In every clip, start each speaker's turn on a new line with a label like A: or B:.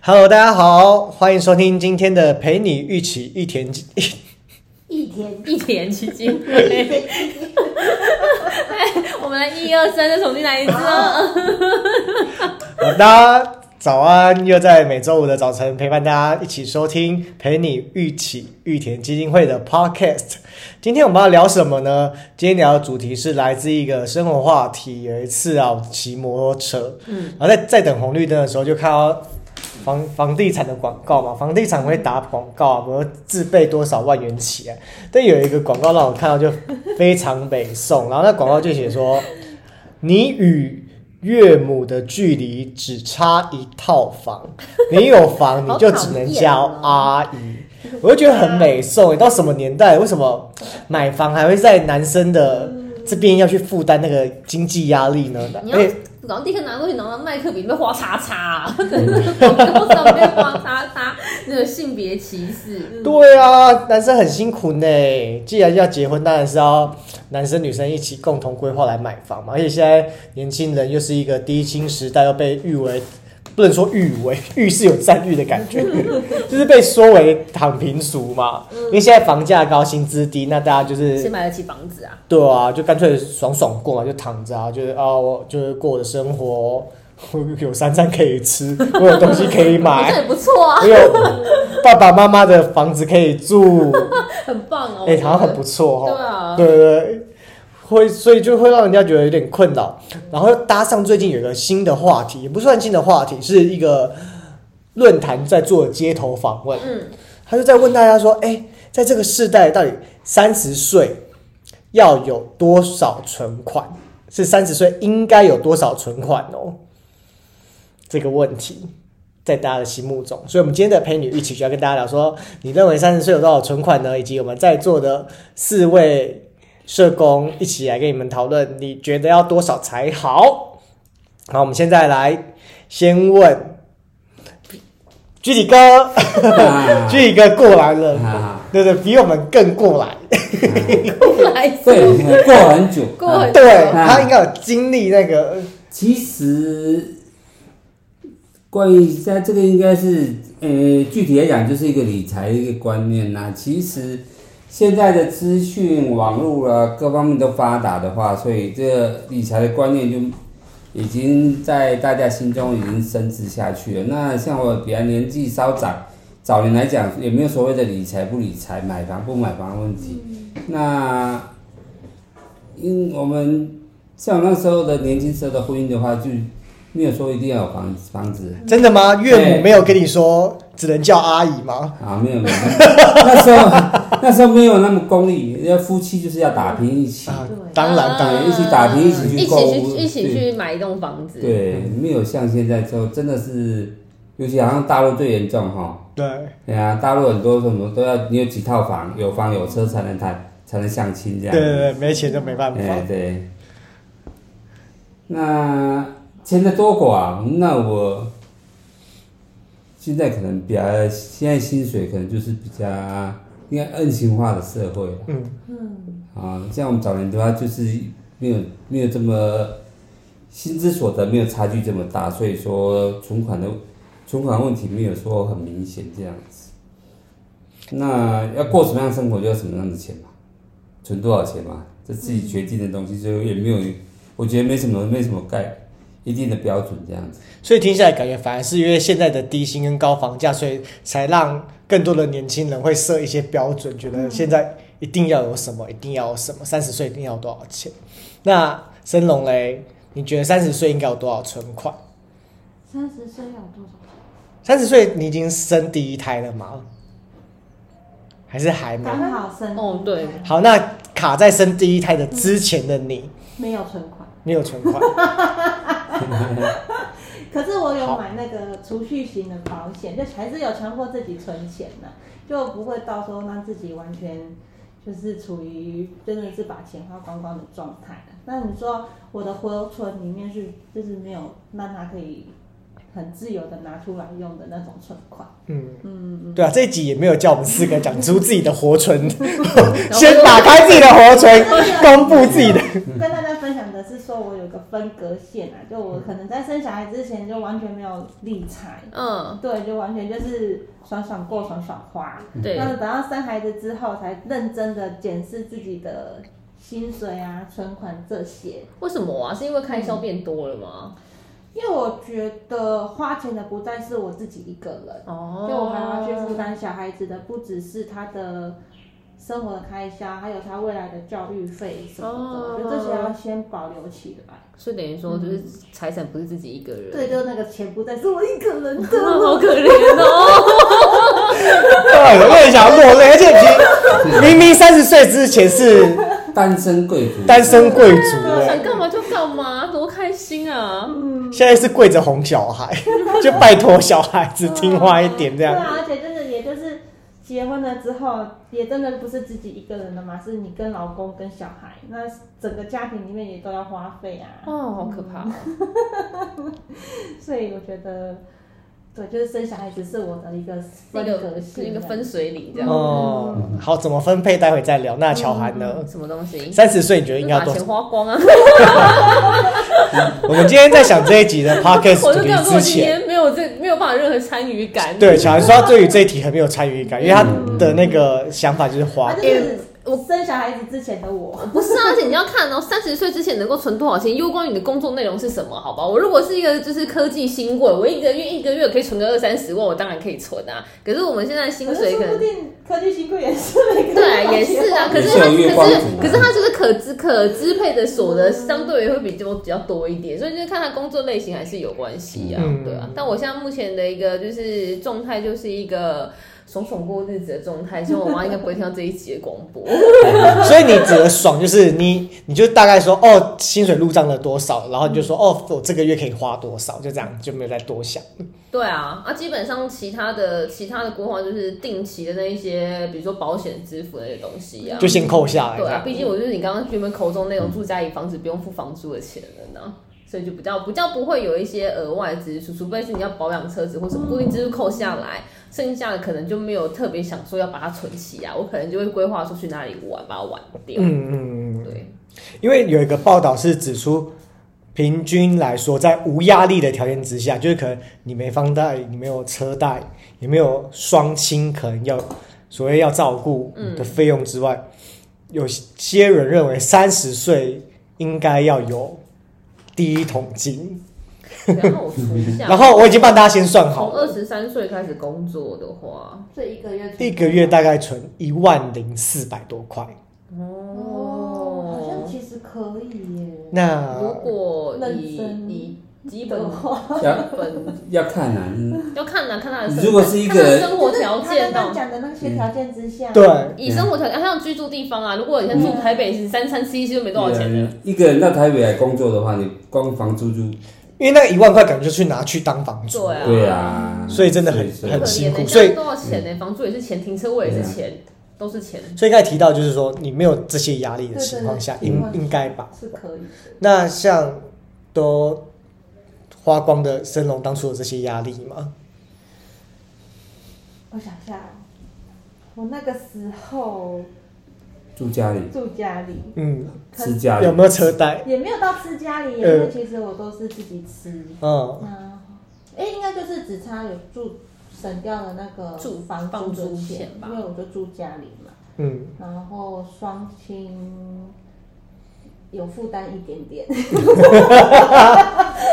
A: Hello，大家好，欢迎收听今天的陪你一起一 田鸡。
B: 一天
C: 一田基 金 会。哎我们来一二三，再重新来一次
B: 啊
D: 哎
C: 哦。
A: 大家早安，又在每周五的早晨陪伴大家一起收听陪你一起玉田基金会的 Podcast。今天我们要聊什么呢？今天聊的主题是来自一个生活话题。有一次啊，我骑摩托车，嗯，然后在在等红绿灯的时候，就看到房房地产的广告嘛，房地产会打广告啊，比如自备多少万元起啊。但有一个广告让我看到就非常北宋，然后那广告就写说，你与岳母的距离只差一套房，你有房你就只能叫阿姨。我就觉得很美颂，到什么年代，为什么买房还会在男生的这边要去负担那个经济压力呢？哎
C: 你要
A: 而且
C: 然后立刻拿过去，然后麦克笔里面画叉叉，
D: 哎
C: 广告上面画叉叉，那个性别歧视。嗯
A: 对啊，男生很辛苦呢。既然要结婚，当然是要男生女生一起共同规划来买房嘛。而且现在年轻人又是一个低薪时代，又被誉为不能说誉为，誉是有赞誉的感觉， 就是被说为躺平族嘛。因为现在房价高，薪资低，那大家就是
C: 谁买得起房子啊？
A: 对啊，就干脆爽爽过嘛，就躺着啊，就是啊，我就是过我的生活，我有三餐可以吃，我有东西可以
C: 我觉得
A: 买，
C: 也不错啊，
A: 我有爸爸妈妈的房子可以住，
C: 很棒哦。
A: 哎、好像很不错
C: 对
A: 哦。
C: 啊，
A: 对对对，会所以就会让人家觉得有点困扰。然后搭上最近有一个新的话题，也不算新的话题，是一个论坛在做街头访问。
C: 嗯，
A: 他就在问大家说：“哎、在这个世代，到底三十岁要有多少存款？是三十岁应该有多少存款哦？”这个问题在大家的心目中，所以我们今天的陪女一起就要跟大家聊说，你认为三十岁有多少存款呢？以及我们在座的四位社工一起来跟你们讨论，你觉得要多少才好？好，我们现在来先问居里哥。
D: 啊
A: 就一个过来了
D: 啊，
A: 对对，比我们更过 来。
C: 过来一次
D: 对，过很久。
C: 过很
D: 啊
C: 久
A: 对
D: 啊
A: 他应该有经历那个，
D: 其实关于在这个应该是，呃，具体来讲就是一个理财的一个观念呐、其实现在的资讯网络啊，各方面都发达的话，所以这个理财的观念就已经在大家心中已经深植下去了。那像我比较年纪稍长，早年来讲也没有所谓的理财不理财、买房不买房的问题。
C: 嗯
D: 那因我们像那时候的年轻时候的婚姻的话，就没有说一定要有房子房子
A: 真的吗？岳母
D: 对
A: 没有跟你说只能叫阿姨吗？
D: 啊，没有没有，那时候 那时候没有那么功利，人家夫妻就是要打拼一起，
A: 啊
B: 对，
A: 当然当然，
D: 对一起打拼一起去
C: 一
D: 购
C: 起
D: 物
C: 去一起
D: 对
C: 去买一栋房子。
D: 对，没有像现在就真的是，尤其好像大陆最严重哈，
A: 对，
D: 对啊，大陆很多什么都要你有几套房，有房有车才能谈才能相亲这
A: 对
D: 样子，
A: 对对，没钱就没办
D: 哎、
A: 法。
D: 对。那钱的多寡，那我现在可能比较，现在薪水可能就是比较应该恩情化的社会了
A: 嗯，
D: 啊。像我们早年的话，就是没有没有这么薪资所得没有差距这么大，所以说存款的存款问题没有说很明显这样子。那要过什么样的生活就要什么样的钱嘛，存多少钱嘛，这自己决定的东西，所以也没有，我觉得没什么没什么概一定的标准这样子。
A: 所以听下来感觉反而是因为现在的低薪跟高房价，所以才让更多的年轻人会设一些标准，觉得现在一定要有什么，一定要有什么，三十岁一定要有多少钱。那森龙嘞，你觉得三十岁应该有多少存款？
B: 三十岁要有多少？
A: 三十岁你已经生第一胎了吗？还是还没？
B: 刚好生
C: 哦对
A: 好，那卡在生第一胎的之前的你，
B: 没有存款，
A: 你有存款？
B: 可是我有
A: 好
B: 买那个储蓄型的保险，就还是有强迫自己存钱呢、就不会到时候让自己完全就是处于真的是把钱花光光的状态、那你说我的活存里面是就是没有让它可以很自由的拿出来用的那种存款。
A: 嗯，
B: 嗯，
A: 对啊，这一集也没有叫我们四个讲出自己的活存，
C: 然后
A: 先打开自己的活存，公布自己的。
B: 跟大家分享的是说我有个分隔线啊，就我可能在生小孩之前就完全没有理财，
C: 嗯，
B: 对，就完全就是爽爽过，爽爽花。
C: 对
B: 那，等到生孩子之后，才认真的检视自己的薪水啊、存款这些。
C: 为什么啊？是因为开销变多了吗？
B: 因为我觉得花钱的不再是我自己一个人，
C: 哦
B: 就我还要去负担小孩子的，不只是他的生活开销，还有他未来的教育费什
C: 哦
B: 么的，就这些要先保留起来。
C: 所以等于说，就是财产不是自己一个人，
B: 对，就那个钱不再是我一个人的。
C: 啊，好可怜哦。
A: 对，啊我也想要落泪，而且其实明明三十岁之前是
D: 单身贵族，
A: 单身贵族、哎
C: 想干嘛就干嘛，多开心啊！
A: 现在是跪着哄小孩， 就拜托小孩子听话一点这
B: 对
A: 样。
B: 啊，而且就是也就是结婚了之后，也真的不是自己一个人了嘛，是你跟老公跟小孩，那整个家庭里面也都要花费啊。
C: 哦，好可怕、
B: 所以我觉得，对，就是生小孩子是我的一个
C: 是一
B: 分隔
C: 个是
B: 线，
C: 一个分水岭这样。
A: 哦、好，怎么分配？待会再聊。那乔涵呢？
C: 什么东西？
A: 三十岁你觉得应
C: 就
A: 该要
C: 把
A: 多
C: 钱
A: 少？
C: 花光啊！
A: 我们今天在想这一集 的 podcast
C: 我就
A: 主
C: 跟我
A: 题
C: 说，我
A: 之
C: 今
A: 前，
C: 天没有这没有办法任何参与感。
A: 对乔涵说他对于这一题很没有参与感，因为他的那个想法就是花
B: 他啊就是
C: 哎我
B: 我生小孩子之前的我，
C: 不是啊，而且你要看哦，三十岁之前能够存多少钱，攸关于你的工作内容是什么，好吧？我如果是一个就是科技新贵，我一个月一个月可以存个二三十万，我当然可以存啊。可是我们现在薪
B: 可
C: 水
B: 是
C: 可
B: 说
C: 能。
B: 不定科技新贵也是每个人
C: 对，也是啊，可是
D: 也
C: 它
D: 是有月光
C: 可是
D: 族啊
C: 可是它就是可支可支配的所得相对于会比较比较多一点，所以就是看他工作类型还是有关系啊，
A: 嗯
C: 对啊。但我现在目前的一个就是状态就是一个爽爽过日子的状态，希望我妈应该不会听到这一集的广播。
A: 所以你指的爽就是你，你就大概说哦，薪水入账了多少，然后你就说哦，我这个月可以花多少，就这样就没有再多想。
C: 对啊，啊，基本上其他的其他的规划就是定期的那一些，比如说保险支付那些东西啊
A: 就。先扣下嗯来这
C: 对啊
A: 样，。
C: 毕竟我就是你刚刚原本口中那种住家里房子不用付房租的钱了呢，所以就比较比较不会有一些额外支出，除非是你要保养车子或是固定支出扣下来，剩下的可能就没有特别想说要把它存起啊，我可能就会规划出去哪里玩，把它玩掉。
A: 嗯嗯嗯，
C: 对，
A: 因为有一个报道是指出，平均来说，在无压力的条件之下，就是可能你没房贷，你没有车贷，你没有双亲，可能要所谓要照顾
C: 嗯
A: 的费用之外，有些人认为三十岁应该要有第一桶金。
C: 然后我除一下，
A: 然后我已经帮大家先算好
C: 从二
A: 了，
C: 十三岁开始工作的话，
B: 这一个月
A: 一个月大概存一万零四百多块。
B: 哦，好像
C: 哦，
B: 其实可以耶。
A: 那
C: 如果以
B: 认真
C: 以基本
B: 的话，
D: 要
C: 本
D: 要看啊，嗯
C: 要看呐、看他的生活
D: 如果是一个
C: 看他的生活
B: 就是
C: 条
B: 他
C: 件哦
B: 刚
C: 到
B: 刚。讲的那些条件之下，
A: 对，
C: 以生活条件，像居住地方啊，如果你像住
A: 嗯
C: 台北是三餐吃一吃就没多少钱了。
D: 一个人到台北来工作的话，你光房租就
A: 因为那一万块感觉就去拿去当房租，
C: 对啊
D: 对啊，
A: 所以真的很
D: 所以
A: 很
C: 可怜
A: 辛
C: 欸
A: 苦
C: 呢，
A: 所以
C: 这样多少钱呢？房租也是钱，停车位也是钱，都是钱。
A: 所以刚才提到就是说，你没有这些压力的情况下，
B: 对对
A: 应
B: 对
A: 应该吧？
B: 是可以的。
A: 那像都花光的森龙当初有这些压力吗？
B: 我想一下哦，我那个时候
D: 住家里
B: 住家里，
A: 嗯，
D: 吃家里
A: 有没有车贷？
B: 也没有到吃家里，因
A: 呃
B: 为其实我都是自己吃。
A: 嗯，
B: 那哎，应该就是只差有住省掉了那个
C: 住
B: 房
C: 房
B: 租
C: 租
B: 的
C: 钱吧
B: 因为我就住家里嘛。
A: 嗯，
B: 然后双亲有负担一点点，
A: 嗯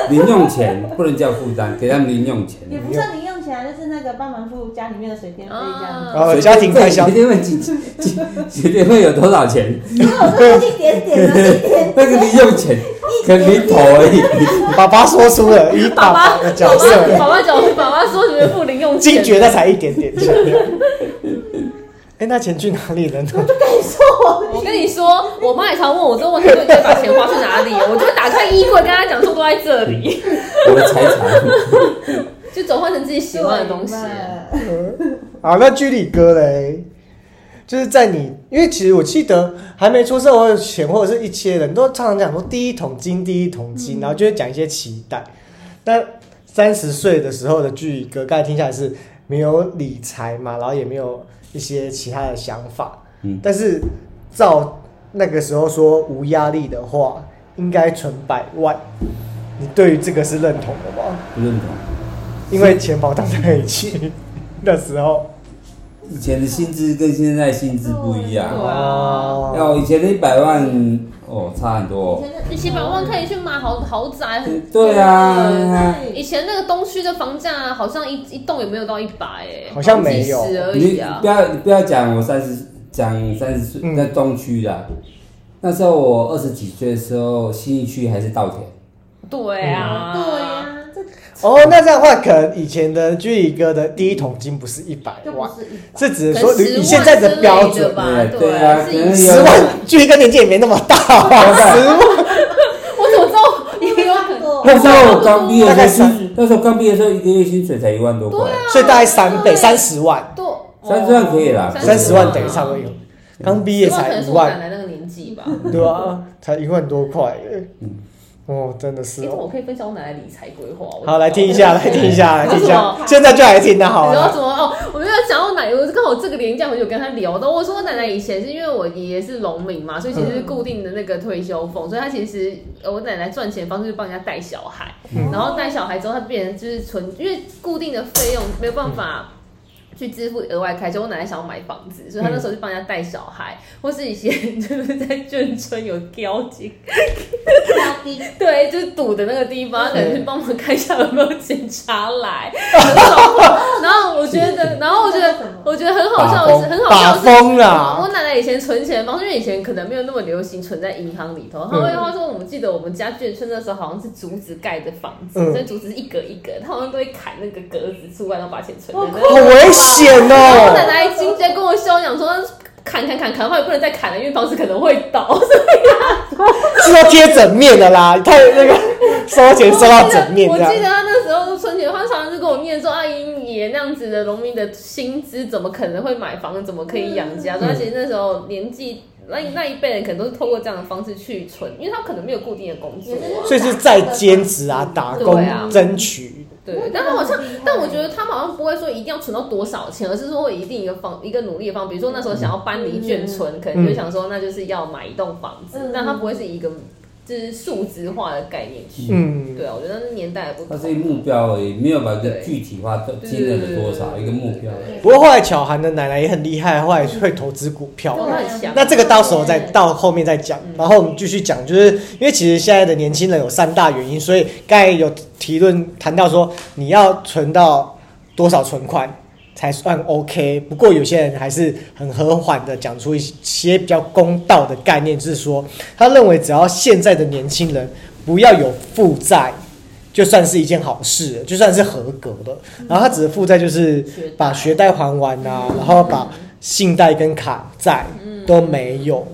D: 零用钱不能叫负担，给他们零用钱。
B: 也不算零用钱啊，就是那个帮忙付家里面的水电费这样
C: 哦
B: 子。
A: 然后家庭开销
D: 水，电费几几几水电费有多少钱？
B: 因为我说一点点啊，一点
D: 那个零用钱可能零头而已。
A: 爸爸说出 了以爸
C: 爸
A: 爸
C: 爸
A: 的
C: 爸
A: 角
C: 爸
A: 色，
C: 爸爸讲，爸爸说什么付零用
A: 惊
C: 钱？
A: 觉那才一点 点钱。哎，那钱去哪里了呢？
C: 我跟你说，我妈也常问我这个问题，到底该把钱花去哪里？我就会打开衣柜跟她讲说都在这里，
D: 我的财产，
C: 就转换成自己 喜欢的东西。啊
B: 对
A: 好，那居里哥嘞，就是在你，因为其实我记得还没出社会前，或者是一些人都常常讲说第一桶金，第一桶金，然后就会讲一些期待。但三十岁的时候的剧格概听下来是没有理财嘛，然后也没有一些其他的想法。
D: 嗯
A: 但是照那个时候说无压力的话，应该存百万。你对于这个是认同的吗？
D: 不认同。
A: 因为钱包当在一起 那时候
D: 以前的薪资跟现在薪资不一样，
C: 对啊
D: 要以前的一百万哦差很多、
B: 以前的
C: 一千百万可以去买豪豪宅，很
D: 对啊，
B: 对
C: 以前那个东区的房价好像一一栋也没有到一百哎，
A: 好像没有
C: 好几十而
D: 你
C: 已
D: 你
C: 啊
D: 不。要你不要讲我三十讲三十岁
A: 嗯
D: 在东区啦，那时候我二十几岁的时候，新义区还是稻田，
C: 对啊，
B: 对呀，这
A: 哦，那这样的话，可能以前的居里哥的第一桶金不是一百
B: 就不
A: 万，
B: 是一
A: 这只
C: 可
A: 是
C: 能
A: 说你
C: 10
A: 你现在
C: 万
A: 的
C: 之
A: 标
C: 类
A: 准。
C: 吧，
D: 对
C: 对啊，
D: 对啊
C: 是以
D: 可能有
A: 十万，距离跟年纪也没那么大吧？十万，
C: 我怎么知道也有可能？
B: 多
D: 那时候我刚毕业
A: 大概
D: 的时候，
A: 三
D: 薪那时候刚毕业的时候，一个月薪水才一万多块，
C: 啊
A: 所以大概三倍，
C: 对
A: 三十万，
C: 多
D: 三十万可以啦
A: 三十万
C: 啊
A: 等于差不多有。刚毕业
C: 十万可
A: 才
C: 能
A: 一
C: 是我奶
A: 万，
C: 奶那个年纪吧。
A: 对啊，才一万多块耶。哦，真的
C: 其
A: 是
C: 实
A: 哦。
C: 我可以分享我奶奶理财规划。我
A: 好，来听一下，来听一下，来听一
C: 好
A: 下
C: 好，
A: 现在就来听，那好
C: 然后
A: 了。
C: 什么哦，我没有想到奶，我刚好这个年假我就跟他聊到，我说我奶奶以前是因为我爷爷是农民嘛，所以其实是固定的那个退休俸，所以他其实呃我奶奶赚钱的方式就是帮人家带小孩，
A: 嗯
C: 然后带小孩之后他变成就是存，因为固定的费用没有办法。去支付额外开销，我奶奶想要买房子，所以她那时候就帮人家带小孩，或是以前就是在眷村有交警，
B: 高低
C: 对，就是堵的那个地方，可能去帮我们看一下有没有警察来。很好笑然后我觉得，然后我觉得，我觉得很好笑
D: 把
C: 的
D: 风
C: 是，很好
A: 把
C: 笑的是。
A: 风啊啦
C: 我，奶奶以前存钱的方式，因为以前可能没有那么流行存在银行里头。她会
A: 嗯
C: 她说，我们记得我们家眷村那时候好像是竹子盖的房子，
A: 嗯
C: 所以竹子是一格一格，她好像都会砍那个格子出来，然后把钱存
B: 好
C: 在那
B: 酷
C: 里。
A: 好危险
C: 然后我奶
A: 哦。
C: 奶今天跟我修养说，砍砍砍砍，后来不能再砍了，因为房子可能会倒。
A: 是要贴整面的啦，太那个收 钱收到整面
C: 我
A: 这
C: 记
A: 样
C: 得。他那时候春节，他常常就跟我念说：“阿姨，爷那样子的农民的薪资怎么可能会买房？怎么可以养
A: 嗯
C: 家？”所以他其实那时候年纪。那那一辈人可能都是透过这样的方式去存，因为他可能没有固定的工作
B: 也
C: 啊
B: 是
A: 所以是在兼职啊，打
C: 对啊
A: 工争取。
C: 对，但他好像，但我觉得他们好像不会说一定要存到多少钱，而是说会一定一个方一个努力的方，比如说那时候想要搬离眷村，可
A: 嗯
C: 能就想说那就是要买一栋房子，
B: 嗯
C: 但他不会是一个就是数值化的概念去。
A: 嗯，
C: 对啊，我觉得那年代也不
D: 它
C: 同。
D: 是一个目标而已，没有把这
C: 对
D: 具体化到
C: 对
D: 金额的多少
C: 对对对
D: 一个目标。
B: 对
A: 不过后来巧涵的奶奶也很厉害，后来会投资股票
C: 对。很啊强
A: 那这个到时候再到后面再讲，然后我们继续讲，就是因为其实现在的年轻人有三大原因，所以刚才有提论谈到说你要存到多少存款才算 OK。不过有些人还是很和缓的讲出一些比较公道的概念，就是说他认为只要现在的年轻人不要有负债，就算是一件好事了，就算是合格的。然后他只是负债就是
C: 学贷
A: 把学贷还完啊，然后把信贷跟卡债都没有。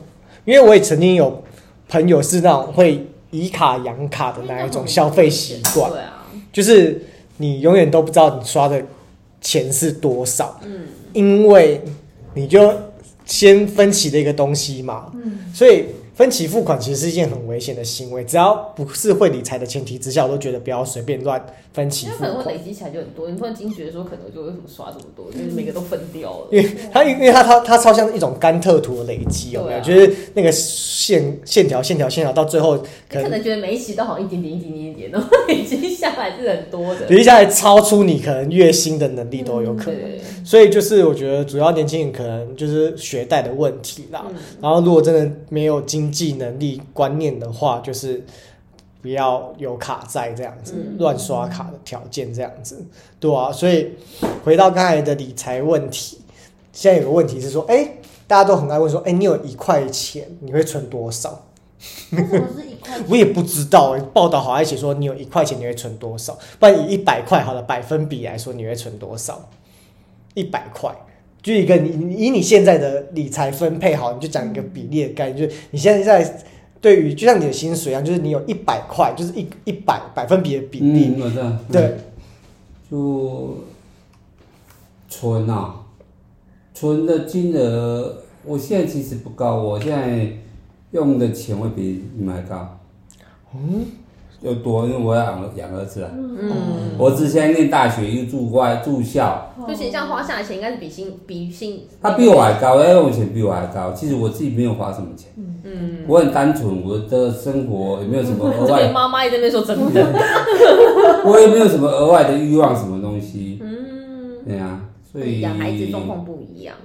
A: 因为我也曾经有朋友是那种会以卡养卡的那一种消费习惯，
C: 对啊，
A: 就是你永远都不知道你刷的钱是多少，
C: 嗯，
A: 因为你就先分期的一个东西嘛，
B: 嗯，
A: 所以分期付款其实是一件很危险的行为，只要不是会理财的前提之下，我都觉得不要随便乱分期
C: 因为
A: 付
C: 可能会
A: 款。
C: 累积起来就很多。你突然惊觉说，可能就为什么刷这么多，就是每个都分掉了。
A: 因为它，因为它它它超像一种甘特图的累积，有没
C: 对啊
A: 有？就是那个线线条线条线条，到最后可
C: 你可
A: 能
C: 能觉得每一期都好像一点点、一点点、一点，然后累积下来是很多的。
A: 比下来超出你可能月薪的能力都有可能。
C: 对，
A: 所以就是我觉得主要年轻人可能就是学贷的问题啦，然后如果真的没有经济能力观念的话，就是不要有卡债这样子，乱刷卡的条件这样子，对啊。所以回到刚才的理财问题，现在有个问题是说，哎、大家都很爱问说，哎、你有一块钱，你会存多少？
B: 为什么是一块
A: 我也不知道、哎报道好像写说你有一块钱你会存多少，不然以一百块好的百分比来说，你会存多少？一百块，就一个你你以你现在的理财分配好，你就讲一个比例的概念，就是你现在对于就像你的薪水一样，就是你有一百块，就是一一百百分比的比例，
D: 嗯，我知道。
A: 对，
D: 就存啊，存的金额，我现在其实不高，我现在用的钱会比你们还高。又多，因为我养养儿子啊，
C: 哦嗯，
D: 我之前念大学又住外住校，
C: 就其实这样花下来的钱应该是比薪比薪，
D: 他比我还高，他用钱比我还高。其实我自己没有花什么钱，
C: 嗯，
D: 我很单纯，我的生活也没有什么额
C: 这边
D: 外，
C: 妈妈也在那边说真的，
D: 我也没有什么额外的欲望什么东西，
C: 嗯，
D: 对啊，所
C: 每
D: 以
C: 个孩子状况不一样，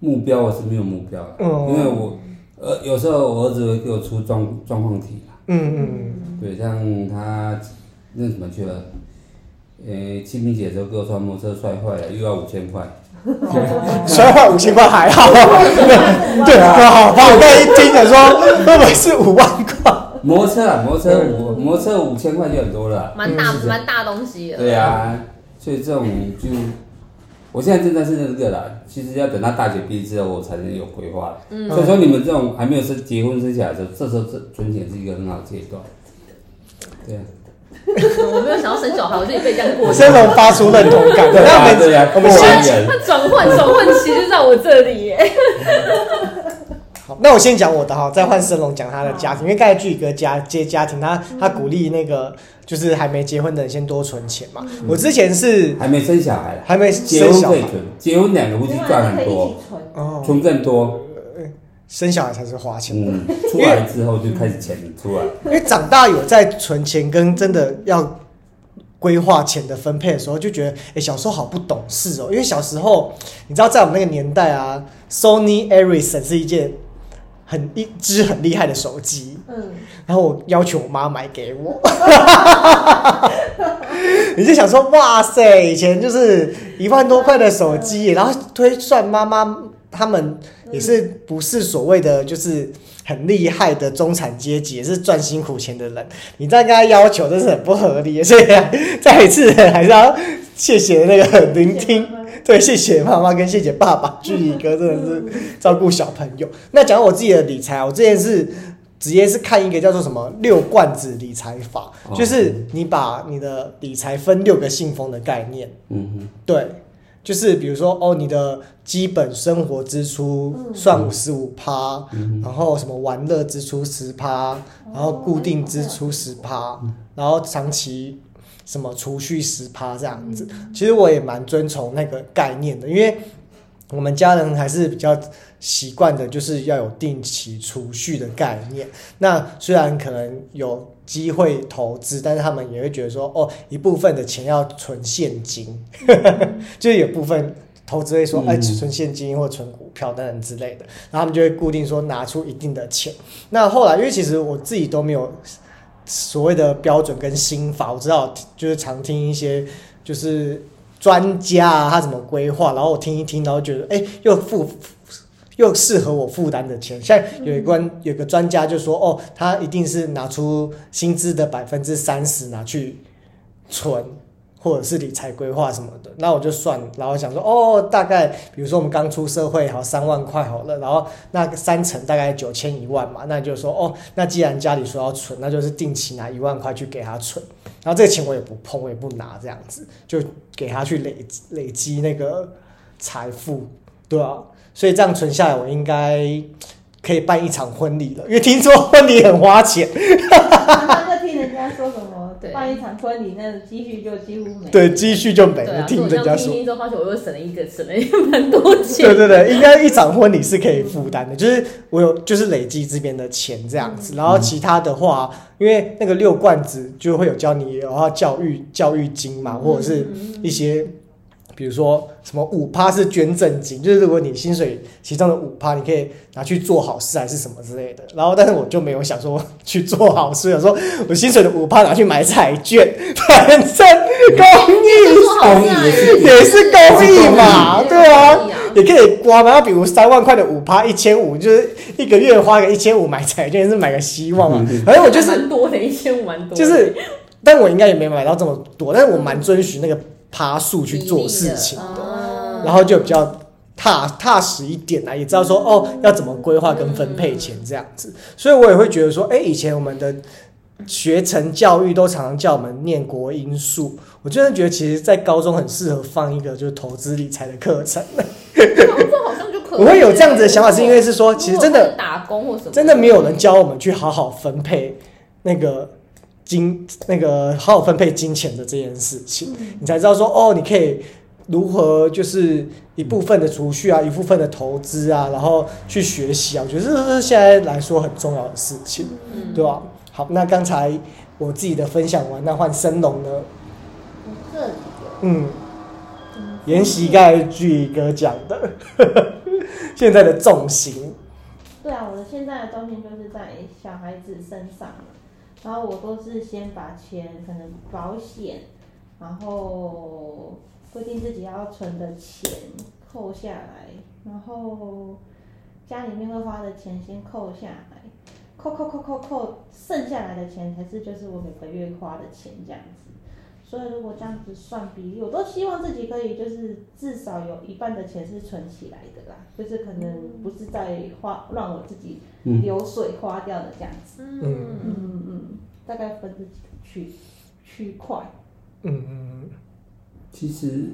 D: 目标我是没有目标的，
A: 嗯
D: 因为我呃有时候我儿子会给我出状状况题啦，
A: 嗯
D: 对，像他那什么去了，呃清明节的时候给我说他摩托车摔坏了，又要五千块，
A: 嗯，摔坏五千块还好，对啊，好吧，我刚才一听想说会不会是五万块？
D: 摩托车啊摩托车五摩托车五千块就很多了啊。
C: 蛮大
A: 嗯是
C: 蛮大东西的，
D: 对啊，所以这种就，我现在正在是那个啦，其实要等到大学毕业之后，我才能有规划了。嗯，所以说你们这种还没有生结婚生小孩的时候，这时候这存钱是一个很好的阶段。对啊，
C: 我没有想要生小孩，我自己被这样过。
A: 生龙发出认同感，
D: 对
A: 那我
D: 啊，
A: 们
D: 对啊，
A: 我们
D: 过
A: 先
D: 完人
C: 他转换转换期就在我这里耶，
A: 好，那我先讲我的哈，再换森龙讲他的家庭，因为刚才巨哥家接家庭，他
D: 嗯
A: 他鼓励那个就是还没结婚的人先多存钱嘛。我之前是
D: 还没生小孩啦，
A: 还没
D: 嗯结
A: 生
D: 婚
A: 小
D: 可以
A: 孩
D: 存，结婚两个夫妻
B: 另外
D: 赚
B: 还是
D: 很
B: 可以一
D: 多
B: 起，存，
A: 哦，
D: 存更多。
A: 生小孩才是花钱，
D: 嗯，出来之后就开始钱出来，
A: 因为长大有在存钱跟真的要规划钱的分配的时候，就觉得哎、诶小时候好不懂事哦，因为小时候你知道在我们那个年代啊，Sony Ericsson 是一件很一只很厉害的手机，
B: 嗯，
A: 然后我要求我妈买给我， 你就想说，哇塞，以前就是一万多块的手机，然后推算妈妈他们也是不是所谓的就是很厉害的中产阶级，也是赚辛苦钱的人，你再跟他要求，这是很不合理的。所以再一次还是要谢谢那个聆听。对， 谢谢妈妈跟谢谢爸爸，距离哥真的是 照顾小朋友。那讲到我自己的理财啊，我之前是直接是看一个叫做什么“六罐子理财法”，
D: 哦
A: 就是你把你的理财分六个信封的概念。
D: 嗯哼，
A: 对，就是比如说哦，你的基本生活支出算五十五趴，然后什么玩乐支出十趴，然后固定支出十趴，然后长期什么储蓄十趴这样子。其实我也蛮遵从那个概念的，因为我们家人还是比较习惯的，就是要有定期储蓄的概念。那虽然可能有机会投资，但是他们也会觉得说，哦，一部分的钱要存现金，就是有部分投资会说，哎、
D: 嗯
A: 存现金或存股票等等之类的，然后他们就会固定说拿出一定的钱。那后来，因为其实我自己都没有所谓的标准跟心法，我知道就是常听一些就是专家啊，他怎么规划，然后我听一听，然后觉得哎、又负又适合我负担的钱。像有一关有个专家就说，哦，他一定是拿出薪资的百分之三十拿去存。或者是理财规划什么的，那我就算，然后想说，哦，大概比如说我们刚出社会好三万块好了，然后那三成大概九千一万嘛，那就说哦，那既然家里说要存，那就是定期拿一万块去给他存，然后这个钱我也不碰，我也不拿，这样子就给他去累累积那个财富，对啊，所以这样存下来，我应该可以办一场婚礼了，因为听说婚礼很花钱，
B: 然后就听人家说什么
C: 对
B: 办一场婚礼，那积蓄就几乎没，
A: 对，积蓄就没
C: 对
A: 了，
C: 啊，所以
A: 听
C: 我
A: 人
C: 这
A: 家
C: 样
A: 说
C: 听。听之后发现我又省了一个，省了也蛮多钱。
A: 对对对，应该一场婚礼是可以负担的，就是我有就是累积这边的钱这样子，然后其他的话，因为那个六罐子就会有教你然后教育教育金
C: 嗯
A: 嘛，或者是一些。比如说什么五趴是捐赠金，就是如果你薪水其中的五趴，你可以拿去做好事还是什么之类的。然后，但是我就没有想说去做好事，想说我薪水的五趴拿去买彩券，反正公益
C: 嗯做好事啊
D: 公益也是
A: 也是公益嘛，
C: 也是公益
A: 对啊
C: 也是 公益啊，
A: 也可以刮嘛。那比如三万块的五趴，一千五，就是一个月花个一千五买彩券，是买个希望嘛。反哎正我就是
C: 蛮多的，一千五蛮多的，
A: 就是，但我应该也没买到这么多，但是我蛮遵循那个趴数去做事情
C: 比例的
A: 的，
C: 哦
A: 然后就比较踏踏实一点啊，也知道说哦要怎么规划跟分配钱这样子，所以我也会觉得说，哎、以前我们的学成教育都常常叫我们念国英数，我真的觉得其实在高中很适合放一个就是投资理财的课程，
C: 这好像就可以。
A: 我会有这样子的想法，是因为是说其实真的
C: 如果是打工或什么，
A: 真的没有人教我们去好好分配那个金那个好好分配金钱的这件事情，你才知道说哦，你可以如何就是一部分的储蓄啊，一部分的投资啊，然后去学习啊，我觉得这是现在来说很重要的事情，
C: 嗯
A: 对吧、啊好，那刚才我自己的分享完，那换生龙呢？
B: 我这里有
A: 嗯，沿袭刚才巨哥讲的， 现在的重心，
B: 对啊，我的现在的重心就是在小孩子身上了，然后我都是先把钱，可能保险，然后规定自己要存的钱扣下来，然后家里面会花的钱先扣下来，扣扣扣扣扣，剩下来的钱才是就是我每个月花的钱这样子。所以如果这样子算比例，我都希望自己可以就是至少有一半的钱是存起来的啦，就是可能不是在花让我自己
D: 嗯
B: 流水花掉的这样子。
A: 嗯
C: 嗯，
B: 嗯嗯，大概分自己区区块。
A: 嗯嗯
D: 其实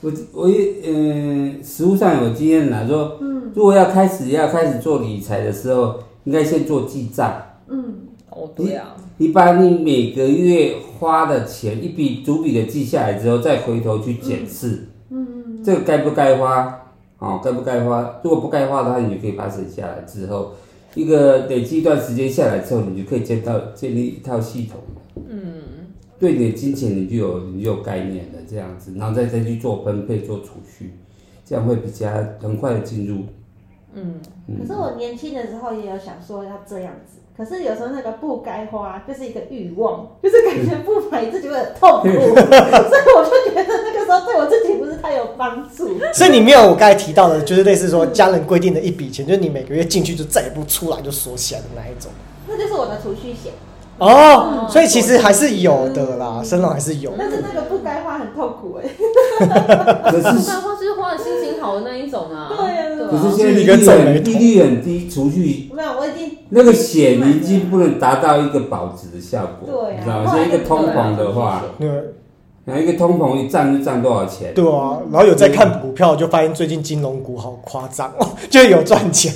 D: 我我也呃，实物上有经验啦，说
B: 嗯
D: 如果要开始要开始做理财的时候，应该先做记账。
B: 嗯
C: 哦对啊，
D: 你把你每个月花的钱一笔逐笔的记下来之后，再回头去检视，
B: 嗯
D: 这个该不该花，哦，该不该花？如果不该花的话，你就可以把它省下来之后，一个累积一段时间下来之后，你就可以建到建立一套系统，
C: 嗯，
D: 对你的金钱你就有你就有概念了，这样子，然后再再去做分配做储蓄，这样会比较很快的进入。
B: 可是我年轻的时候也有想说要这样子，可是有时候那个不该花就是一个欲望，就是感觉不买自己会很痛苦，所以我就觉得那个时候对我自己不是太有帮助。
A: 嗯，所以你没有我刚才提到的，就是类似说家人规定的一笔钱，就是你每个月进去就再也不出来，就锁起来的那一种。
B: 那就是我的储蓄险，
A: 哦，所以其实还是有的啦，生龙还是有。
B: 但是那个不该花很痛苦哎、
D: 可
A: 嗯
D: 是
C: 漫画是花的心情好的那一种啊，
B: 对啊
D: 可是
C: 对啊，
D: 现在利
A: 你跟
D: 率
A: 皱眉
D: 很
A: 头
D: 利率很低，储蓄
B: 没有，我已经
D: 那个血已经不能达到一个保值的效果，
B: 对
D: 你
B: 啊，
D: 知道吗？现在一个通膨的话，
A: 对啊
D: 然后一个通膨一涨就涨多少钱？
A: 对啊，然后有在看股票，就发现最近金融股好夸张哦， 就是有赚钱，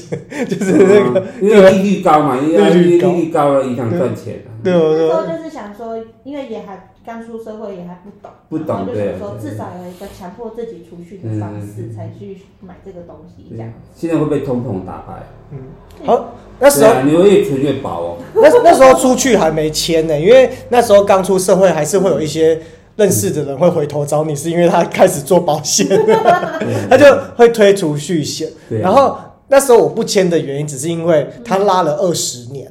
A: 就是那 个
D: 哦
A: 啊
D: 因为利率高嘛，因为
A: 利率
D: 利
A: 高
D: 率高了，银行赚钱啊。
A: 对
B: 那时候
A: 对
B: 就是想说，因为也还刚出社会，也还不懂，
D: 不懂
B: 然后就想
D: 对
B: 说
D: 对
B: 至少有一个强迫自己储蓄的方式，才去买这个东西，这
D: 对
B: 样。
D: 现在会被通膨打败，啊
A: 好，那时
D: 对
A: 候
D: 啊，你会越存越薄 哦。
A: 那那时候出去还没签呢，因为那时候刚出社会，还是会有一些认识的人会回头找你，是因为他开始做保险， 他就会推储蓄险。
D: 啊对啊
A: 然后那时候我不签的原因，只是因为他拉了二十年，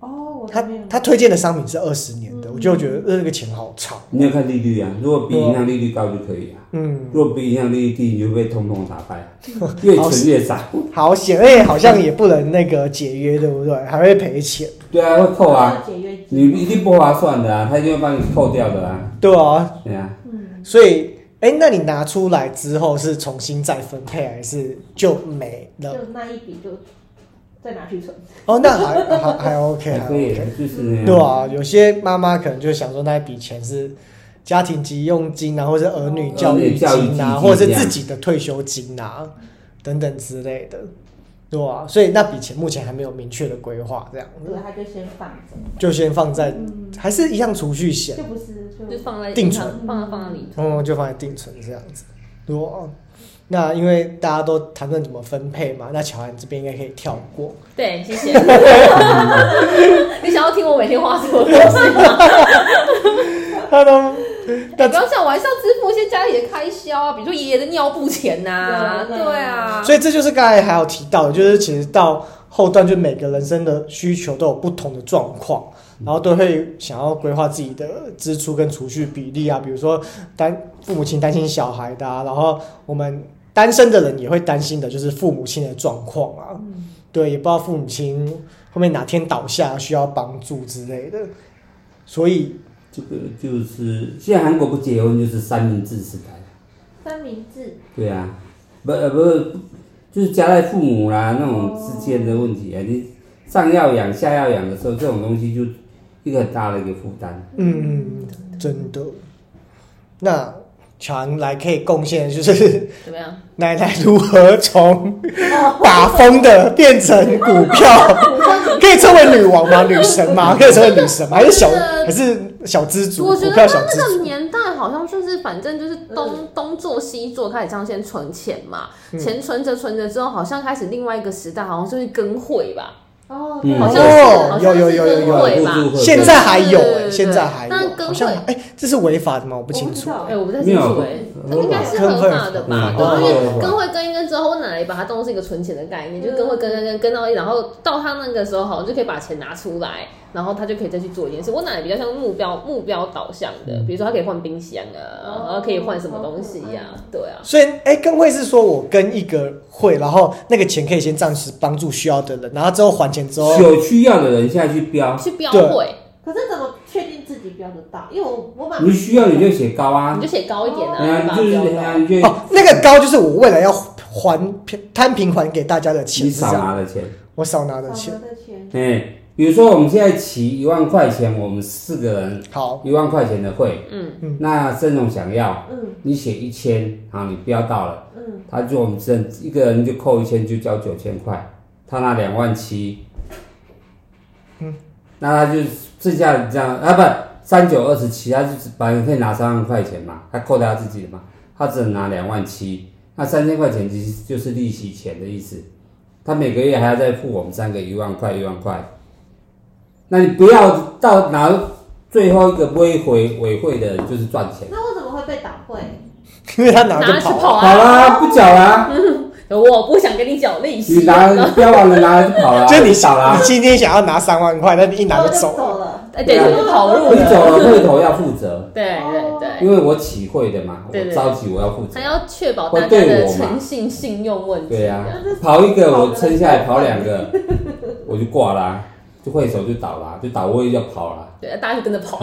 B: 哦，我
A: 他
B: 没有。嗯
A: 他推荐的商品是二十年的，我就觉得呃那个钱好长。
D: 你要看利率啊，如果比银行利率高就可以啊，
A: 嗯，
D: 如果比银行利率低，你就被通膨打败，啊 越存越少。
A: 好险，而且好像也不能那个解约，对不对？还会赔钱。
D: 对啊，会扣啊，
B: 解约
D: 你
B: 金。
D: 一定不划算的啊，他一定会帮你扣掉的啊。
A: 对啊，
D: 对啊，
B: 嗯，
A: 所以哎，那你拿出来之后是重新再分配，还是就没了？
B: 就那一笔就再拿去存。
A: 哦，那还还还 OK，还
D: 还可以啊
A: OK，，
D: 就是那样。
A: 对啊，有些妈妈可能就想说那一笔钱是家庭急用金啊，或者是儿女教育
D: 儿女
A: 金
D: 教育
A: 啊，
D: 基金
A: 或者是自己的退休金啊等等之类的，对啊，所以那笔钱目前还没有明确的规划，这样
B: 对，他就先放着，
A: 就先放在
B: 嗯
A: 还是一样储蓄险
B: 就，不是就
C: 就放在
A: 定
C: 银
A: 存
C: 行，放在放在里头，
A: 嗯，就放在定存这样子，对啊。那因为大家都谈论怎么分配嘛，那乔安这边应该可以跳过。
C: 对，谢 谢。你想要听我每天花多少东西吗？
A: 他都
C: 哎不要像我还是要支付一些家里的开销啊，比如说爷爷的尿布钱呐、
B: 对啊
C: 对啊，
A: 所以这就是刚才还有提到的，就是其实到后段，就每个人生的需求都有不同的状况，然后都会想要规划自己的支出跟储蓄比例啊，比如说担父母亲担心小孩的、啊，然后我们单身的人也会担心的就是父母亲的状况啊，对，也不知道父母亲后面哪天倒下需要帮助之类的，所以
D: 这个就是现在韩国不结婚就是三明治时代，
B: 三明治。
D: 对啊，不呃不是，就是夹在父母啦那种之间的问题啊，你上要养下要养的时候，这种东西就一个很大的一个负担。
A: 嗯，真的。那传来可以贡献，就是
C: 怎么样？
A: 奶奶如何从打风的变成股票，
C: 哦
A: 可以称为女王吗？女神 吗？可以称为女神吗？还是小
C: 我觉得
A: 还是小资族？
C: 我觉
A: 股
C: 得
A: 票
C: 他
A: 小资
C: 那
A: 族
C: 个年代好像就是，反正就是东东做西做，开始这样先存钱嘛，钱存着存着之后，好像开始另外一个时代，好像就是跟会吧，
B: 哦，
D: 嗯
B: 对
C: 好像
A: 哦
C: 是，好像
A: 有
C: 是
A: 有有有
C: 跟
A: 有
C: 会吧。
D: 互助会
A: 现在还
C: 对
A: 有哎、
C: 对对
A: 现在还有，
C: 那跟
A: 好像
C: 会
A: 哎、这是违法的吗？我不
B: 我
A: 清
B: 不知
A: 楚。
B: 道
C: 哎，我不太
D: 没
C: 清楚
D: 有
C: 哎，
D: 合
C: 应该
D: 法
C: 是合法的吧？
D: 嗯
C: 对，啊因
D: 合
C: 为
D: 法
C: 跟会跟一跟之后，我奶奶把它当做是一个存钱的概念，就是跟会跟跟跟跟到一，然后到他那个时候，好像就可以把钱拿出来，然后他就可以再去做一件事。我奶奶比较像目标目标导向
D: 嗯
C: 的，比如说她可以换冰箱啊，然后可以换什么东西呀、对啊。
A: 所以，哎、跟会是说我跟一个会，然后那个钱可以先暂时帮助需要的人，然后之后还钱之后，
D: 有需要的人下去标，
C: 去标会，
B: 可是怎么确定自己标得到？因为我我把
D: 你需要你就写高
C: 你
D: 啊
C: 就，写高一点啊，
D: 哎呀，
C: 对
D: 你
C: 吧？
D: 就是
C: 标
D: 哎呀，你就
A: 哦，那个高就是我未来要还摊平还给大家的钱，
D: 你
A: 是
D: 少
A: 这样
D: 拿了钱。
A: 我少拿的
B: 少
C: 哦
A: 钱。
B: 拿的钱，
D: 哎，比如说我们现在起一万块钱，我们四个人
A: 好，
D: 一万块钱的会，
C: 嗯
A: 嗯
D: 那郑总想要，
B: 嗯
D: 你写一千，好，你标到了，
B: 嗯，
D: 他就我们这一个人就扣一千，就交九千块，他拿两万七，嗯，那他就剩下这样啊，不三九二十七，他就只本来可以拿三万块钱嘛，他扣掉他自己的嘛，他只能拿两万七，那三千块钱其实就是利息钱的意思，他每个月还要再付我们三个一万块一万块，那你不要到拿最后一个不会回委会的人就是赚钱，
B: 那我怎么会被打会？
A: 因为他拿
C: 拿
A: 着
C: 去
A: 跑，
C: 跑
D: 好
C: 啊！
D: 啦，不缴啦。
C: 我不想跟你缴利
D: 你
C: 息啊，
D: 拿不要忘了拿就跑了啊，
A: 就是你
D: 少
A: 你
D: 了，
A: 今天想要拿三万块，那你一拿
B: 我
A: 就
B: 就
A: 走了。
B: 走了，
C: 哎，对，就是跑路
D: 你走
C: 了，
D: 了会头要负责，
C: 对对对，
D: 因为我起会的嘛，
C: 对对
D: 我召集我要负责
C: 还。要确保
D: 会
C: 大家
D: 对
C: 的
D: 我嘛
C: 诚信信用问题
D: 对
C: 啊
D: 呀、跑一个我撑下来，跑两个我就挂啦、就会手就倒啦、就倒位要跑啦、
C: 对，大家就跟着跑，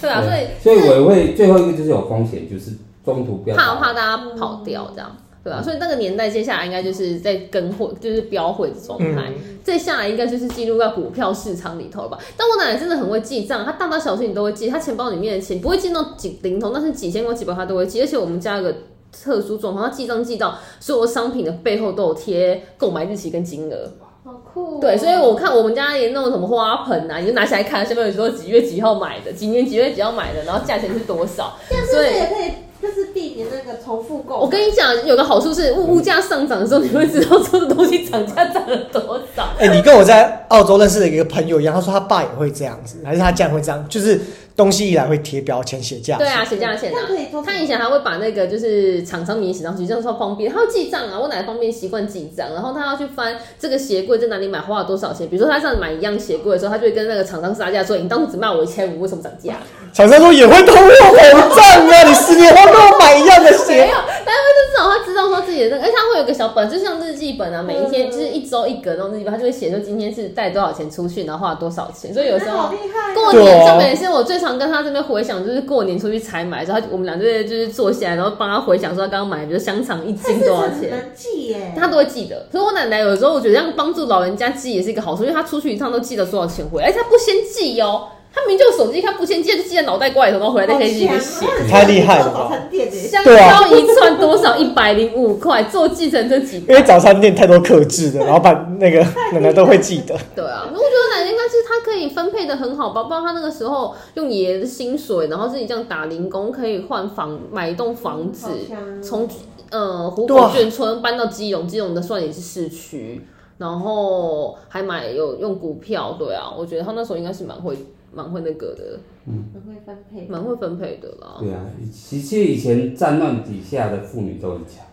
C: 对啊，所以
D: 所以我会最后一个就是有风险，就是中途不要
C: 怕
D: 倒
C: 怕大家跑掉这样，对啊吧、所以那个年代接下来应该就是在跟会，就是标会的状态，再下来应该就是进入到股票市场里头了吧。但我奶奶真的很会记账，她大大小小你都会记，她钱包里面的钱不会记到几零头，但是几千块几百块她都会记，而且我们家有个。特殊状况，她记账记到所有商品的背后都有贴购买日期跟金额，
B: 好酷哦。
C: 对，所以我看我们家也弄什么花盆啊，你就拿起来看，下面有说几月几号买的，几年几月几号买的，然后价钱是多少。
B: 这样是不是也可以，就是避免那个重复购买？
C: 我跟你讲，有个好处是物物价上涨的时候，你会知道这个东西涨价涨了多少。
A: 哎、你跟我在澳洲认识的一个朋友一样，他说他爸也会这样子，还是他家人会这样，就是东西一来会贴标签写价。
C: 对啊，写价钱啊
B: 那可以做什么。
C: 他以前还会把那个就是厂商名写上去，这样超方便。他要记账啊，我奶奶方便习惯记账，然后他要去翻这个鞋柜在哪里买花了多少钱。比如说他上次买一样鞋柜的时候，他就会跟那个厂商杀价说：“你当初只卖我一千五，为什么涨价？”
A: 厂商说也会通货膨 胀啊，你十年后跟我买一样的
C: 没
A: 鞋
C: 有，，但会至少他知道说自己的那个，而且他会有个小本，就像日记本啊，每一天
B: 嗯
C: 就是一周一格那种日记本，他就会写说今天是带多少钱出去，然后花了多少钱。所以有时
B: 那好
C: 候
B: 厉害哦，
C: 过
A: 对
C: 年，
A: 啊
C: 这本也是我最常跟他这边回想，就是过年出去采买的时候，他我们俩就会就是坐下来，然后帮他回想说他刚刚买，比如香肠一
B: 他
C: 斤
B: 是
C: 多少
B: 很
C: 钱。
B: 能记耶，
C: 他都会记得，所以我奶奶有时候我觉得这样帮助老人家记也是一个好处，因为她出去一趟都记得多少钱回来，而且她不先记哦，她明明就有手机，她不先记，她就记在脑袋瓜里头，然后回来再可以自
B: 哦
C: 己写。
A: 太厉害了吧
B: 早餐店耶
C: 香
A: 对啊
C: 蕉一串多少？一百零五块，坐计程车 几
A: 因为早餐店太多克制的，老板那个奶奶都会记得。
C: 对啊，我觉得奶奶应该是她可以分配的很好吧，不然她那个时候用爷爷的薪水，然后自己这样打零工，可以换房买一栋房子
B: 嗯好香，
C: 从呃湖
A: 对啊
C: 口眷村搬到基隆，基隆的算也是市区，然后还买有用股票，对啊，我觉得她那时候应该是蛮会蛮会那个的，
B: 很会分配，
C: 蛮会分配的啦。
D: 对啊，其实以前战乱底下的妇女都很强，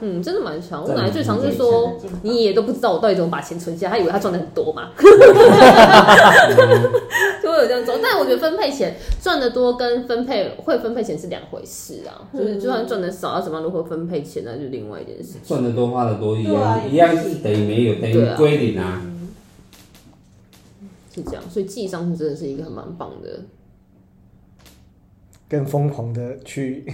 C: 嗯，真的蛮强。我
D: 真的
C: 奶奶最常是
D: 蛮
C: 说
B: 强的，
C: 你也都不知道我到底怎么把钱存下，她以为她赚的很多嘛，
D: 嗯
C: 就会有这样做。但我觉得分配钱赚的多跟分配会分配钱是两回事啊，就是就算赚的少，要怎么样如何分配钱，那就另外一件事。
D: 赚的多花的多一
B: 对啊
D: 样，一样是等于没有，等
C: 对
D: 于
C: 啊
D: 归零啊。
C: 是这样，所以记账是真的是一个很蛮棒的。
A: 更疯狂的 去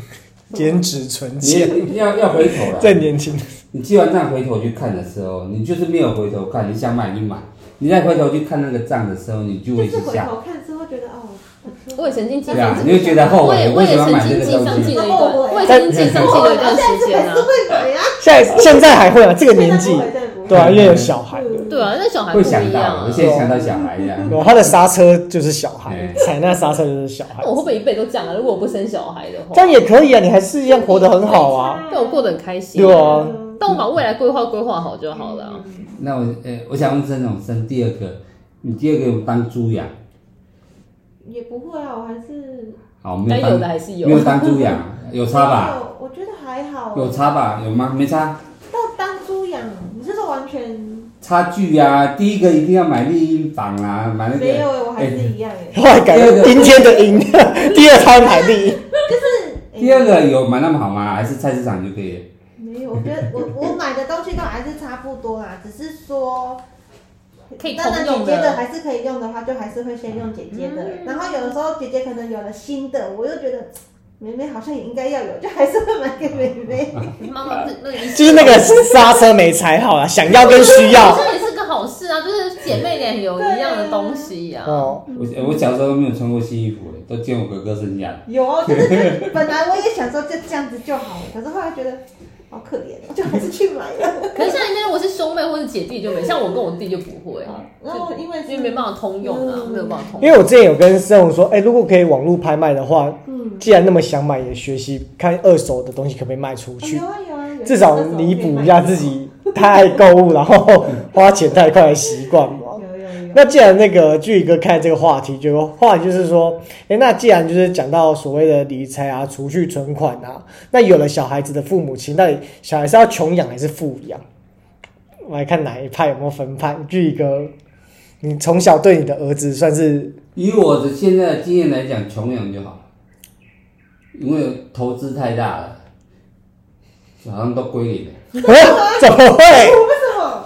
A: 兼职存钱。
D: 你要要回头了。
A: 在年轻的
D: 你记完账回头去看的时候，你就是没有回头看，你想买就买，你再回头去看那个账的时候，你就
B: 就
D: 会去
B: 是回
D: 下。
B: 头看之后觉得哦，我
C: 我也曾经记
D: 对啊
C: 上，
D: 你会觉得后
C: 我也
D: 悔
C: 我
D: 为什
C: 也
D: 么
C: 曾
D: 买这
C: 经
D: 个
C: 记上
D: 东
C: 记
D: 西？
C: 了一段，我也曾经记上记了一段时间啊
B: 是。会买呀，
A: 现在现在还会啊，这个年纪
C: 嗯
B: 现，在不会对不会
A: 对啊，因为有小孩的，
C: 对啊，那小孩不
D: 会
C: 一
D: 想
C: 样
D: 到，
C: 啊
D: 我。现在想到小孩一样。
A: 有他的刹车就是小孩，
D: 嗯
A: 踩那刹车就是小孩
C: 那，我会不会一辈子都这样啊？如果我不生小孩的话，
A: 这样也可以啊，你还是一样活得很好啊，
C: 但我过得很开心。
A: 对啊，
C: 但我把未来规划规划好就好了啊。
D: 那我呃，我想问郑总生第二个，你第二个有当猪养，
B: 也不会啊，我还是
D: 好没
C: 该
D: 有当
C: 哎有的还是有
D: 没有当猪养，有差 吧？
B: 没有？我觉得还好。
D: 有差吧？有吗？没差，
B: 到当猪养，你这种完全
D: 差距啊！第一个一定要买丽婴房啊，买那
B: 没
D: 个
B: 有哎，我还是一样哎。
A: 后来改成阴天的阴， 第二胎排第一，
B: 就是
D: 第二个有买那么好吗？还是菜市场就可以了？
B: 没有，我觉得我我买的东西都还是差不多啦，只是说。
C: 可以通
B: 当然，姐
C: 用
B: 姐的
C: 的。
B: 还是可以用的话，就还是会先用姐姐的。然后有的时候姐姐可能有了新的，我又觉得妹妹好像也应该要有，就还是会买给妹妹。
C: 妈妈，那那个
A: 就是那个刹车没踩好啊，想要跟需要
C: 好，像也是个好事啊，就是姐妹俩有一样的东西呀、啊。
A: 哦，
D: 我呃我小时候都没有穿过新衣服，都见我哥哥生下的。
B: 有，就是就本来我也想说就这样子就好了，可是后来觉得好可怜哦，就还是去买了。
C: 可是像你那如果是兄妹或者姐弟就没，像我跟我弟就不会，
B: 然后因为是
C: 因为没办法通用啊，
B: 嗯
C: 没有办法通
A: 因
C: 用。
A: 为我之前有跟盛宏说，哎、如果可以网络拍卖的话，
B: 嗯，
A: 既然那么想买，也学习看二手的东西可不可以卖出去
B: 有，啊有啊，有
A: 至少弥补一下自。己太爱购物，然后花钱太快的习惯嘛。
B: 有有有，
A: 那既然那个俊宇哥看这个话题，就话题就是说，哎，那既然就是讲到所谓的理财啊、储蓄、存款啊，那有了小孩子的父母亲，到底小孩是要穷养还是富养？我们来看哪一派有没有分判。俊宇哥，你从小对你的儿子算是
D: 以我的现在的经验来讲，穷养就好了，因为投资太大了，好像都归零了。
A: 啊怎么会？
B: 为什么？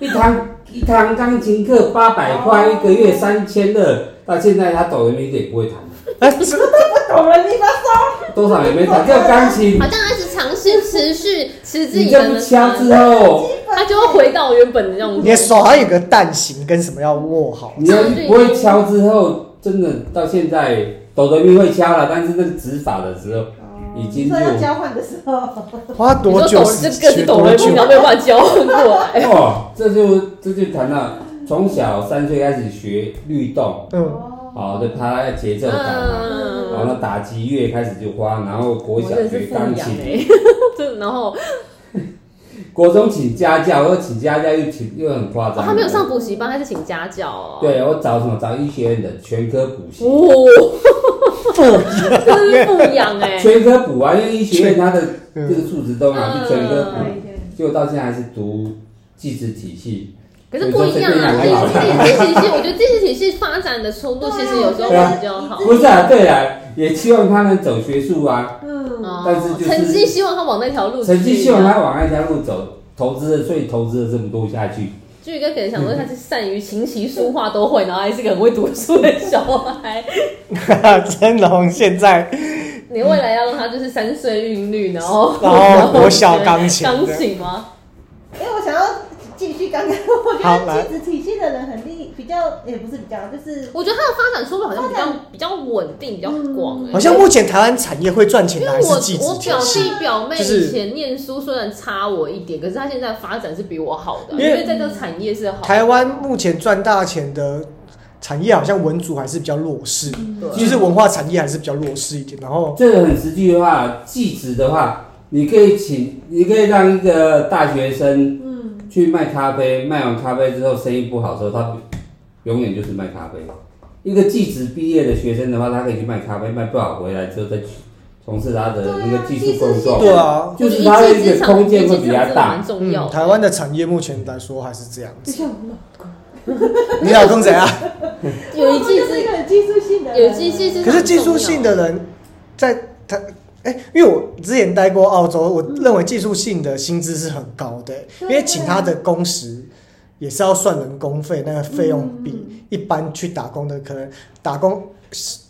D: 一堂一堂钢琴课八百块，一个月三千二，到现在他走人民币也不会弹，
A: 啊
B: 我懂了，你把手。
D: 多少也没 弹，这钢琴
C: 好像他是尝试持续吃自
D: 你
C: 己
D: 这
C: 的
D: 么
C: 能
D: 敲之啊
C: 力，
D: 后，
C: 他啊就会回到原本的样
A: 你的
C: 子。
A: 手还有个蛋形，跟什么要握好？
D: 你要不会敲之后，真的到现在抖人民会敲了，但是那个指法的时候已经就
B: 所以要交换的时候，
A: 花
C: 你
A: 多
C: 说
A: 久
C: 懂
A: 时
C: 这个
A: 学
C: 是懂
A: 多
C: 了，
A: 久
C: 平？常没有办法交换过来。
D: 哦，这就这就谈到从小三岁开始学律动，
A: 嗯，
B: 哦
D: 好的，他节奏感嘛，
C: 哦嗯，
D: 然后打击乐开始就花，然后国
C: 我
D: 小
C: 真的
D: 学
C: 是富
D: 钢
C: 养
D: 琴，
C: 哎，这然后
D: 国中请家教，我请家教又请又很夸
C: 哦
D: 张。
C: 他没有上补习班，他是请家教哦。
D: 对，我找什么？找医学院的全科补习，
C: 哦， 这是富养哎。
D: 全科补啊，因为医学院它的这个素质都嘛
C: 嗯
D: 是全科
C: 嗯
D: 补，结果到现在还是读技职体系。
C: 可是不一样啊，
D: 所以
C: 自己自
D: 说这
C: 己体系，我觉得自己体系发展的速度其实有时候比较好。
D: 不是啊，对啊，也期望他能走学术啊，
B: 嗯，
C: 哦
D: 但是就是
C: 成绩希望他往那条路去。
D: 成绩希望他往那条路走，投资的，所以投资了这么多下去，
C: 就一个可能想说他是善于琴棋书画都会，然后还是个很会读书的小 孩。
A: 真龙现在
C: 你未来要让他就是三岁韵律，然后
A: 然后国小钢琴
C: 钢琴吗？
B: 因哎为我想要继续刚刚，我
A: 好
B: 觉
A: 来
B: 得技职体系的人很厉，比较也不是比较，就是
C: 我觉得他的发展出路好像比较比较稳定，比较广哎。
A: 好像目前台湾产业会赚钱
C: 因
A: 的
C: 为
A: 还
C: 我
A: 是技
C: 我
A: 职
C: 表
A: 教师，
C: 弟表妹
A: 就是
C: 以前念书虽然差我一点，可是他现在发展是比我好的，
A: 因
C: 因
A: 为
C: 为在这个产业是好的。
A: 台湾目前赚大钱的产业好像文组还是比较弱势，
C: 嗯对
A: 就是文化产业还是比较弱势一点。然后
D: 这个很实际的话，技职的话，你可以请，你可以让一个大学生
B: 嗯，
D: 去卖咖啡，卖完咖啡之后生意不好的时候，他永远就是卖咖啡。一个技职毕业的学生的话，他可以去卖咖啡，卖不好回来之后再去从事他的那个技术工作，
A: 对啊，
D: 就
C: 我觉得
D: 是他
C: 一
D: 的一
C: 技之
D: 个
C: 长
D: 空间会比
C: 一技之长
D: 较
C: 真的
D: 大
C: 蛮。重要
A: 嗯，
C: 的。
A: 台湾的产业目前来说还是这样
B: 就
A: 子。
B: 像我老公，
A: 你老公怎样？
C: 有一技
B: 我老公就是一
C: 之
B: 个很技术性的人，
C: 有一技之长，
A: 可是技术性的人在台，哎、因为我之前待过澳洲，我认为技术性的薪资是很高的、因
C: 啊
B: 对
A: 为请他的工时也是要算人工费，那个费用
B: 嗯
A: 比一般去打工的可能打工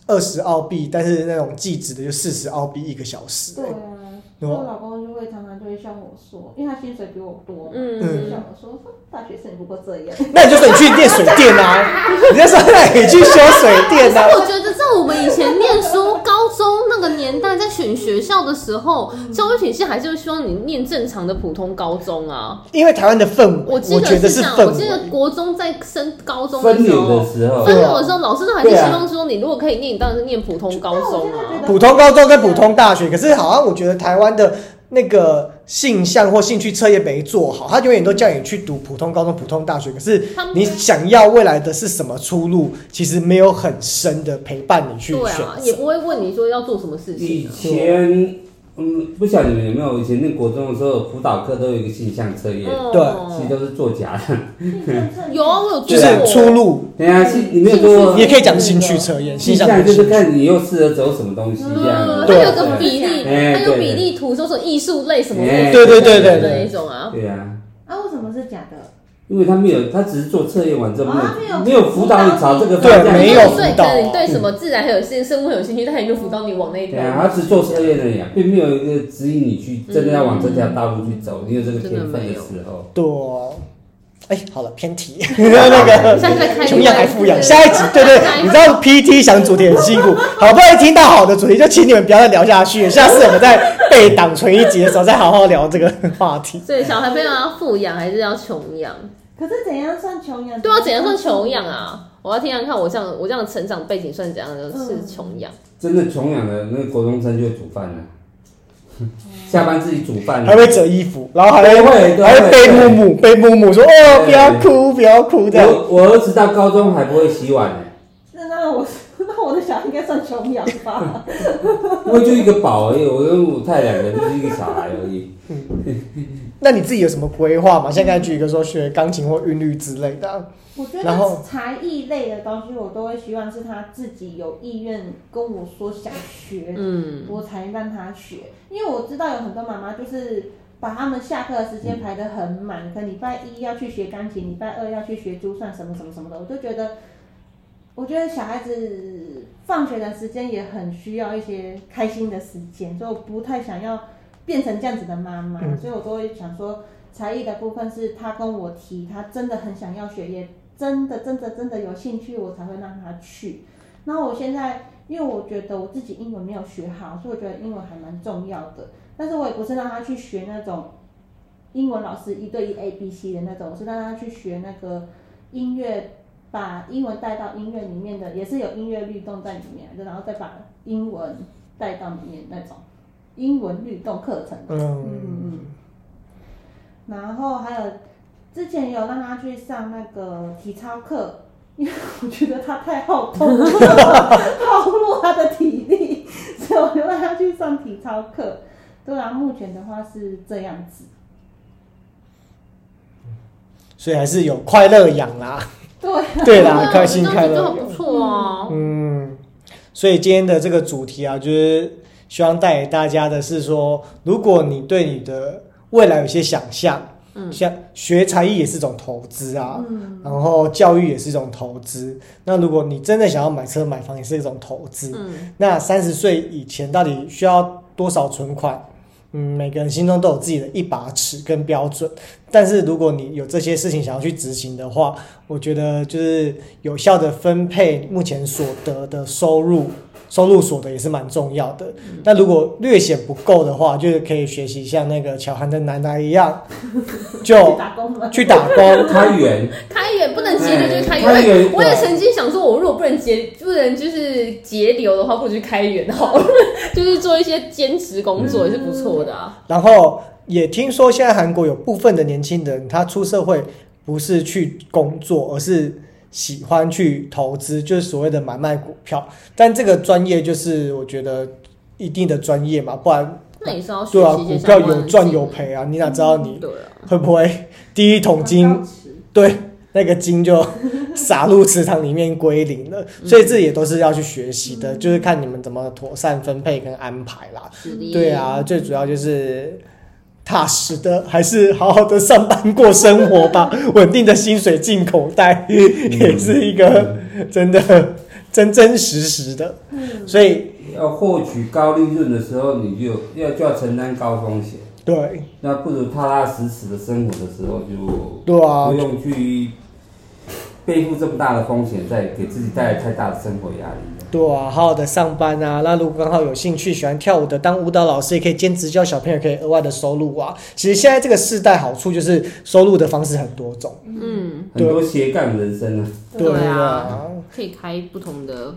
A: 二十澳币，但是那种技职的就四十澳币一个小时、
B: 对
A: 哎
B: 啊，
A: 对吧
B: 我老公就会常常就会笑我说，因为他薪水比我多，嗯，
C: 嗯，
A: 嗯
B: 就笑我说大学生也不过这样，
A: 那你就说你去练水电啊，你就说那你去修水
C: 可
A: 电
C: 是
A: 啊，
C: 我觉得在我们以以前念书，高中那个年代在选学校的时候，
A: 嗯
C: 教育体系还是希望你念正常的普通高中啊。
A: 因为台湾的氛围，
C: 我
A: 我
C: 记得
A: 觉得
C: 是这样，
A: 氛
C: 我记得
A: 围，
C: 国中在升高中的
D: 分
C: 时
D: 流的
C: 候。
D: 时候，
C: 分
A: 对啊
C: 流的时候，老师都还是希望说，你如果可以念，你当然是念普通高中
B: 但我现在觉
C: 啊
B: 得。
A: 普通高中跟普通大学，可是好像我觉得台湾的那个性向或兴趣测验没做好，他永远都叫你去读普通高中、普通大学，可是
C: 他们
A: 你想要未来的是什么出路，其实没有很深的陪伴你去
C: 对
A: 选
C: 啊，也
A: 择。
C: 不会问你说要做什么事
D: 以
C: 情、啊。
D: 前，嗯，不晓得你们有没有，以前那国中的时候，辅导课都有一个性向测验，
C: 嗯
A: 对
D: 其实都是作假的。
C: 有啊，我有
A: 就
C: 做
A: 是
C: 过。
A: 出路，
D: 等一下，是你没有做过
A: 你也可以讲兴趣测验，
D: 性
A: 性向
D: 向，
A: 跟
D: 就
A: 兴
D: 是
A: 趣。
D: 看你又适合走什么东西这
C: 嗯，
D: 样。
C: 它
A: 对
C: 有个比例，
D: 哎
C: 它有
D: 对
C: 比例图，说是艺术类什么
D: 哎
C: 类
A: 对对对对
C: 的那
A: 对
C: 一种啊。
D: 对啊，
B: 啊，为什么是假的？
D: 因为他没有，他只是做测验完之后
B: 啊
D: 没
B: 没
D: 有
B: 有
D: 没有辅导你朝这个方
A: 对
D: 向。
A: 没有
C: 所
A: 辅
C: 以
A: 导
C: 可能你对什么自然很有兴趣，生物很有兴趣，但也就辅导你往那一
D: 对
C: 条。
D: 啊，他只做测验而已啊，并没有一个指引你去真的要往这条道路去走。你有这个天分嗯的时候，
A: 对，哎、好了，偏题，那 个
C: 下次再开
A: 穷养还富养，
C: 下
A: 下一集对对，你知道 PT 想主题很辛苦，好不容易听到好的主题，就请你们不要再聊下去了。下次我们在被挡存一集的时候，再好好聊这个话题。
C: 所以小孩朋友要富养还是要穷养？
B: 可是怎样算穷养？
C: 对啊，怎样算穷养？啊？我要听听看，我这样我这样的成长背景算怎样的
A: 嗯
C: 是穷养？
D: 真的穷养的那个国中生就煮饭了， 下班自己煮饭了
A: 还。会折衣服，然后还
D: 嗯对
A: 会
D: 会对
A: 还会背木木背木木，说哦
D: 对
A: 不要哭不要哭这样。
D: 我我儿子到高中还不会洗碗呢、
B: 那那我 那我的小孩应该算穷养吧？
D: 因为就一个宝而已，我跟我太两个人就是一个小孩而已。
A: 那你自己有什么规划吗？像刚才举一个说学钢琴或韵律之类的啊，
B: 我觉
A: 然后
B: 得才艺类的东西，我都会希望是他自己有意愿跟我说想学，
C: 嗯，
B: 我才让他学。因为我知道有很多妈妈就是把他们下课的时间排得很满，可礼拜一要去学钢琴，礼拜二要去学珠算什么什么什么的，我就觉得，我觉得小孩子放学的时间也很需要一些开心的时间，所以我不太想要变成这样子的妈妈，
A: 嗯
B: 所以我都会想说，才艺的部分是他跟我提，他真的很想要学，也真的真的真的有兴趣，我才会让他去。然后我现在，因为我觉得我自己英文没有学好，所以我觉得英文还蛮重要的。但是我也不是让他去学那种英文老师一对一 A B C 的那种，我是让他去学那个音乐，把英文带到音乐里面的，也是有音乐律动在里面，然后再把英文带到里面那种英文律动课程。
A: 嗯，
B: 嗯，然后还有之前有让他去上那个体操课，因为我觉得他太耗动了，耗弱他的体力，所以我就让他去上体操课。对啊，目前的话是这样子。
A: 所以还是有快乐养啦，
B: 对啊，
A: 对
C: 对
A: 啦，
C: 啊
A: 开心
C: 我觉
A: 快
C: 得这
A: 乐
C: 样子就。
A: 养
C: 很不错啊。
A: 嗯，所以今天的这个主题啊，就是希望带给大家的是说，如果你对你的未来有些想象，嗯，像学才艺也是一种投资啊，
B: 嗯，
A: 然后教育也是一种投资。那如果你真的想要买车买房，也是一种投资。
C: 嗯，
A: 那三十岁以前到底需要多少存款？嗯，每个人心中都有自己的一把尺跟标准，但是如果你有这些事情想要去执行的话，我觉得就是有效的分配目前所得的收入，收入所得也是蛮重要的。那如果略显不够的话，就是可以学习像那个乔涵的奶奶一样，
B: 去
A: 就
B: 打工了。
A: 去打工，
D: 开源，
C: 开源不能节流就是开
D: 哎开源
A: 啊
C: 源。我也曾经想说，我如果不能节不能就是节流的话，不如去开源好了， 就是做一些兼职工
A: 嗯
C: 作也是不错的啊。
A: 然后也听说现在韩国有部分的年轻人，他出社会不是去工作，而是喜欢去投资，就是所谓的买卖股票。但这个专业就是我觉得一定的专业嘛，不然
C: 那也是要学
A: 对啊，
C: 习一
A: 股
C: 些
A: 票
C: 相关的
A: 有赚有赔啊，你哪知道
C: 技能。
A: 你
C: 对啊。
A: 会不会第一桶金对，那个金就撒入池塘里面归零了，所以这也都是要去学习的，就是看你们怎么妥善分配跟安排啦。
C: 实力
A: 对，啊，最主要就是踏实的，还是好好的上班过生活吧，稳定的薪水进口袋，也是一个真的真真实实的。
C: 嗯
A: 所以
D: 要获取高利润的时候，你就要就要承担高风险。
A: 对
D: 那不如踏踏实实的生活的时候，就
A: 对啊
D: 不，用去背负这么大的风险，再给自己带来太大的生活压力。
A: 对啊，好好的上班啊。那如果刚好有兴趣喜欢跳舞的，当舞蹈老师也可以兼职教小朋友，可以额外的收入啊。其实现在这个世代好处就是收入的方式很多种，
C: 嗯，
D: 很多斜杠人生啊。
C: 对啊
A: 啊。
C: 可以开不同的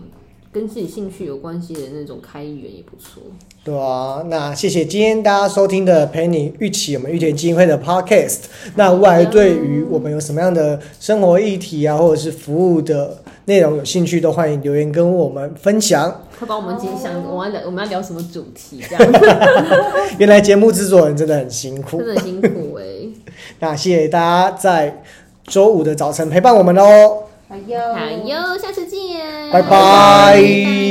C: 跟自己兴趣有关系的那种开源也不错。
A: 对啊，那谢谢今天大家收听的陪你一起我们玉田基金会的 podcast。那未来对于我们有什么样的生活议题啊，或者是服务的内容有兴趣，都欢迎留言跟我们分享。
C: 快帮我们今天想
A: 哦
C: 我们要聊我们要聊什么主题，这样
A: 原来节目制作人真的很辛苦
C: 真，的很辛苦哎、
A: 那谢谢大家在周五的早晨陪伴我们哦，
B: 哎呦，
C: 好哟，下次见，
A: 拜拜